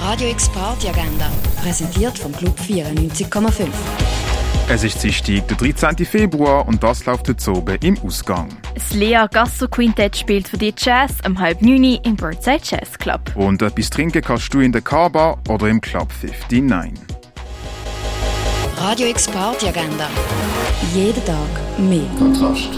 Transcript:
Radio X Party Agenda, präsentiert vom Club 94,5. Es ist Dienstag, der 13. Februar und das läuft heute oben im Ausgang. Das Lea Gasso Quintett spielt für dich Jazz um halb neun Uhr im Birdside Jazz Club. Und etwas trinken kannst du in der Kaba oder im Club 59. Radio X Party Agenda. Jeden Tag mehr. Kontrast.